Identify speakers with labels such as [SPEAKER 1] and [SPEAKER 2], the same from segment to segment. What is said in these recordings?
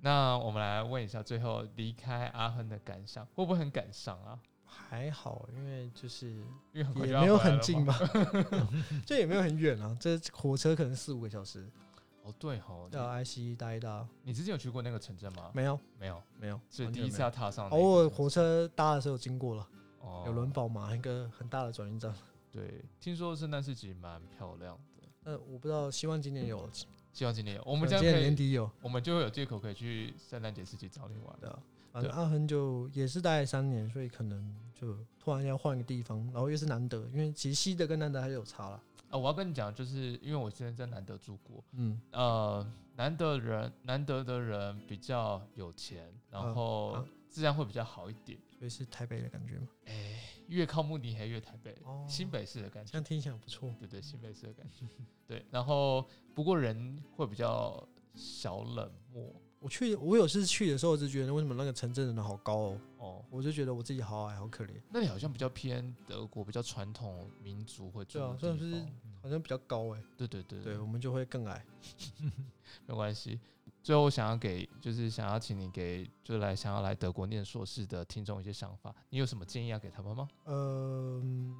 [SPEAKER 1] 那我们来问一下，最后离开阿亨的感想，会不会很感伤啊？
[SPEAKER 2] 还好，因为就是
[SPEAKER 1] 因为很快
[SPEAKER 2] 也
[SPEAKER 1] 就要
[SPEAKER 2] 没有
[SPEAKER 1] 回来
[SPEAKER 2] 很
[SPEAKER 1] 了
[SPEAKER 2] 近
[SPEAKER 1] 嘛。
[SPEAKER 2] 吧，这也没有很远啊，这火车可能四五个小时
[SPEAKER 1] 哦，对吼，
[SPEAKER 2] 到 IC 搭一搭，
[SPEAKER 1] 你之前有去过那个城镇吗？
[SPEAKER 2] 啊没有
[SPEAKER 1] 没有，
[SPEAKER 2] 没有，
[SPEAKER 1] 是
[SPEAKER 2] 完
[SPEAKER 1] 第
[SPEAKER 2] 全
[SPEAKER 1] 一次
[SPEAKER 2] 没有
[SPEAKER 1] 要踏上那个城镇。
[SPEAKER 2] 偶尔火车搭的时候经过了，
[SPEAKER 1] 哦
[SPEAKER 2] 有轮宝马一个很大的转运站，
[SPEAKER 1] 对，听说圣诞市集蛮漂亮的，
[SPEAKER 2] 那我不知道，希望今年有了，
[SPEAKER 1] 希望今年有我
[SPEAKER 2] 我
[SPEAKER 1] 们这样
[SPEAKER 2] 今
[SPEAKER 1] 可
[SPEAKER 2] 年年
[SPEAKER 1] 以，
[SPEAKER 2] 底有，
[SPEAKER 1] 我们就会有借口可以去圣诞节市集找你玩。
[SPEAKER 2] 对啊，反正阿亨就也是待三年，所以可能就突然要换个地方，然后又是难得，因为其实西德跟南德还是有差啦，
[SPEAKER 1] 啊，我要跟你讲，就是因为我之前在南德住过，
[SPEAKER 2] 嗯，
[SPEAKER 1] 呃，南德人南德的人比较有钱，然
[SPEAKER 2] 嗯
[SPEAKER 1] 后
[SPEAKER 2] 嗯
[SPEAKER 1] 治安会比较好一点。
[SPEAKER 2] 所以是台北的感觉嘛，
[SPEAKER 1] 越靠慕尼黑越台北，
[SPEAKER 2] 哦
[SPEAKER 1] 新北市的感
[SPEAKER 2] 这
[SPEAKER 1] 觉
[SPEAKER 2] 样，听起来不错，
[SPEAKER 1] 对对，新北市的感觉， 对。然后不过人会比较小冷漠
[SPEAKER 2] 我去，我有次去的时候，我就觉得为什么那个城镇人好高哦，
[SPEAKER 1] 哦。
[SPEAKER 2] 我就觉得我自己好矮，好可怜，
[SPEAKER 1] 那里好像比较偏德国，比较传统民族会住
[SPEAKER 2] 对
[SPEAKER 1] 的
[SPEAKER 2] 啊
[SPEAKER 1] 地
[SPEAKER 2] 所以
[SPEAKER 1] 方。嗯
[SPEAKER 2] 是好像比较高哎，
[SPEAKER 1] 对对对
[SPEAKER 2] 对我们就会更矮。
[SPEAKER 1] 没关系。最后，我想要给就是想要请你给就来想要来德国念硕士的听众一些想法，你有什么建议要给他们吗？
[SPEAKER 2] 嗯，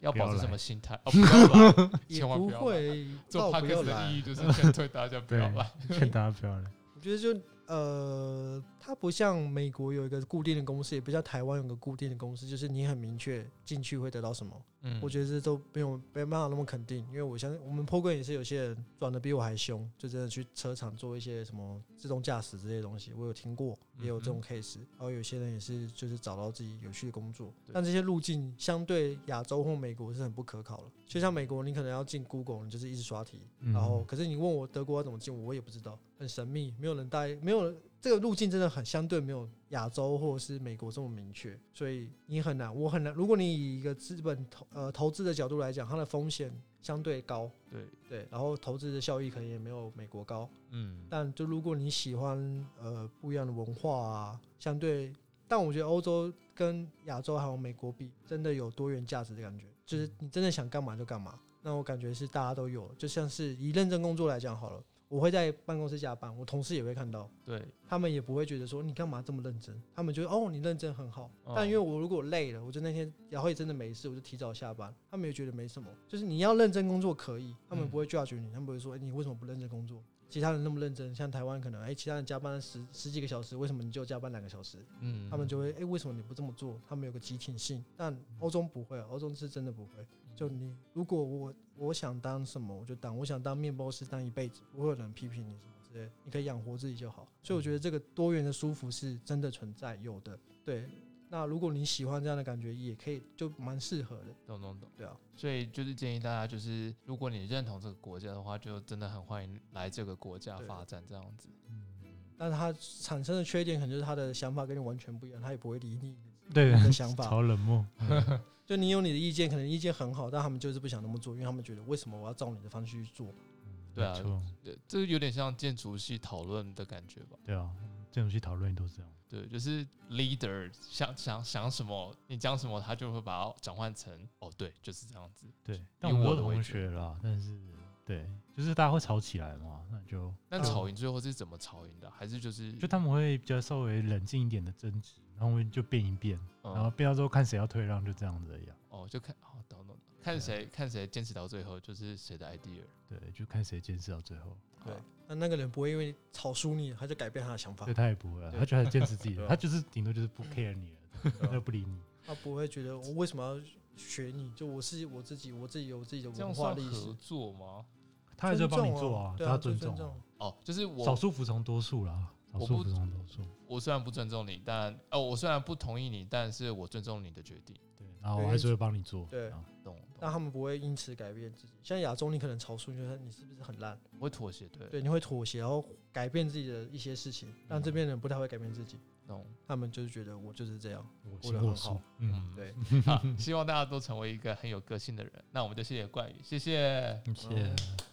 [SPEAKER 1] 要
[SPEAKER 3] 不要
[SPEAKER 1] 保持什
[SPEAKER 3] 来
[SPEAKER 1] 么心态？哦，不要 来，
[SPEAKER 2] 也
[SPEAKER 1] 千万
[SPEAKER 2] 不
[SPEAKER 1] 不要来
[SPEAKER 2] 会，
[SPEAKER 1] 做 p o
[SPEAKER 2] 倒不
[SPEAKER 1] d c
[SPEAKER 2] 要
[SPEAKER 1] a 的
[SPEAKER 2] 来
[SPEAKER 1] 意。义就是劝退大家不要
[SPEAKER 3] 对
[SPEAKER 1] 来。
[SPEAKER 3] 劝大家不要来。
[SPEAKER 2] 我觉得就呃，它不像美国有一个固定的公司，也不像台湾有个固定的公司，就是你很明确进去会得到什么。
[SPEAKER 1] 嗯
[SPEAKER 2] 我觉得这都没有没办法那么肯定，因为我相信我们 program 也是有些人转的比我还凶，就真的去车厂做一些什么自动驾驶之类的东西，我有听过，也有这种
[SPEAKER 1] 嗯
[SPEAKER 2] case。然后有些人也是就是找到自己有趣的工作，
[SPEAKER 1] 对
[SPEAKER 2] 但这些路径相对亚洲或美国是很不可考了。就像美国，你可能要进 Google，你就是一直刷题，
[SPEAKER 3] 嗯
[SPEAKER 2] 然后可是你问我德国要怎么进，我也不知道，很神秘，没有人带，没有这个路径真的很相对没有亚洲或者是美国这么明确，所以你很难，我很难。如果你以一个资本投呃投资的角度来讲，它的风险相对高，
[SPEAKER 1] 对，
[SPEAKER 2] 对，然后投资的效益可能也没有美国高，
[SPEAKER 1] 嗯，
[SPEAKER 2] 但就如果你喜欢呃不一样的文化啊，相对，但我觉得欧洲跟亚洲还有美国比，真的有多元价值的感觉，就是你真的想干嘛就干嘛。那我感觉是大家都有，就像是以认真工作来讲好了，我会在办公室加班，我同事也会看到，
[SPEAKER 1] 对，
[SPEAKER 2] 他们也不会觉得说你干嘛这么认真，他们觉得哦你认真很好。
[SPEAKER 1] 哦
[SPEAKER 2] 但因为我如果累了，我就那天然后也真的没事，我就提早下班，他们也觉得没什么。就是你要认真工作可以，他们
[SPEAKER 1] 嗯
[SPEAKER 2] 不会 judge 你，他们不会说、哎你为什么不认真工作？其他人那么认真，像台湾可能哎、其他人加班十十几个小时，为什么你就加班两个小时？
[SPEAKER 1] 嗯，
[SPEAKER 2] 他们就会哎、为什么你不这么做？他们有个集体性，但欧洲不会，啊欧洲是真的不会。就你如果我我想当什么我就当，我想当面包师当一辈子，不会有人批评你什么之类的，你可以养活自己就好。所以我觉得这个多元的舒服是真的存在，有的。对，那如果你喜欢这样的感觉，也可以就蛮适合的，
[SPEAKER 1] 懂懂懂。
[SPEAKER 2] 对啊。
[SPEAKER 1] 所以就是建议大家，就是如果你认同这个国家的话，就真的很欢迎来这个国家
[SPEAKER 2] 对
[SPEAKER 1] 发展这样子。
[SPEAKER 3] 嗯
[SPEAKER 2] 但它产生的缺点可能就是他的想法跟你完全不一样，他也不会理你
[SPEAKER 3] 对
[SPEAKER 2] 的想 法。
[SPEAKER 3] 超冷漠，
[SPEAKER 2] 就你有你的意见，可能意见很好，但他们就是不想那么做，因为他们觉得为什么我要照你的方式去做？
[SPEAKER 1] 对啊
[SPEAKER 3] 没错
[SPEAKER 1] 对，这有点像建筑系讨论的感觉吧？
[SPEAKER 3] 对啊，这种去讨论都是这样。
[SPEAKER 1] 对，就是 leader 想想想什么，你讲什么，他就会把它转换成哦，对，就是这样子。
[SPEAKER 3] 对，但
[SPEAKER 1] 以我
[SPEAKER 3] 我有
[SPEAKER 1] 的为
[SPEAKER 3] 同
[SPEAKER 1] 主
[SPEAKER 3] 学啦，但是对，就是大家会吵起来嘛，那就
[SPEAKER 1] 但
[SPEAKER 2] 嗯
[SPEAKER 1] 吵赢最后是怎么吵赢的？啊还是就是
[SPEAKER 3] 就他们会比较稍微冷静一点的争执，然后我们就变一变，然
[SPEAKER 1] 嗯
[SPEAKER 3] 后变到之后看谁要退让，就这样子而已啊。
[SPEAKER 1] 哦，就看哦，懂懂，懂看谁看谁坚持到最后，就是谁的 idea。
[SPEAKER 3] 对，就看谁坚持到最后。
[SPEAKER 1] 对
[SPEAKER 2] 啊，那那个人不会因为吵输你，他就改变他的想法
[SPEAKER 3] 对，他也不会啊，他就还坚 持自己的，他就是顶多就是不 care 你了，
[SPEAKER 1] 啊
[SPEAKER 3] 他就不理你。
[SPEAKER 2] 他不会觉得我为什么要学你？就我是我自己，我自己有我自己的
[SPEAKER 1] 这样
[SPEAKER 2] 文化
[SPEAKER 1] 算
[SPEAKER 2] 历史
[SPEAKER 1] 合，作吗？
[SPEAKER 3] 他还是要帮你
[SPEAKER 2] 尊重
[SPEAKER 3] 做
[SPEAKER 2] 啊
[SPEAKER 3] 啊，
[SPEAKER 2] 对啊
[SPEAKER 3] 他
[SPEAKER 2] 就
[SPEAKER 3] 尊
[SPEAKER 2] 尊
[SPEAKER 3] 重啊。
[SPEAKER 1] 哦，就是
[SPEAKER 3] 少
[SPEAKER 1] 我
[SPEAKER 3] 数服从多数啦，少
[SPEAKER 1] 我
[SPEAKER 3] 数
[SPEAKER 1] 不
[SPEAKER 3] 服从多数。
[SPEAKER 1] 我虽然不尊重你，但哦，我虽然不同意你，但是我尊重你的决定。
[SPEAKER 3] 对，然
[SPEAKER 2] 嗯对
[SPEAKER 3] 后我
[SPEAKER 2] 因
[SPEAKER 3] 还
[SPEAKER 2] 为
[SPEAKER 3] 是会帮你做。
[SPEAKER 2] 对
[SPEAKER 3] 啊
[SPEAKER 1] 懂，
[SPEAKER 2] 那
[SPEAKER 1] 懂
[SPEAKER 2] 他们不会因此改变自己。像亚洲，你可能吵输，你觉得你是不是很烂？
[SPEAKER 1] 我会妥协，对，
[SPEAKER 2] 对，你会妥协，然后改变自己的一些事情。
[SPEAKER 3] 嗯
[SPEAKER 2] 但这边人不太会改变自己，
[SPEAKER 1] 懂，
[SPEAKER 2] 他们就是觉得我就是这样。
[SPEAKER 3] 我
[SPEAKER 2] 得
[SPEAKER 3] 行
[SPEAKER 2] 很
[SPEAKER 3] 我素
[SPEAKER 2] 好。
[SPEAKER 3] 嗯，
[SPEAKER 1] 嗯，
[SPEAKER 2] 对，嗯
[SPEAKER 1] 好希望大家都成为一个很有个性的人。那我们就谢谢冠宇，谢谢。
[SPEAKER 3] 谢谢。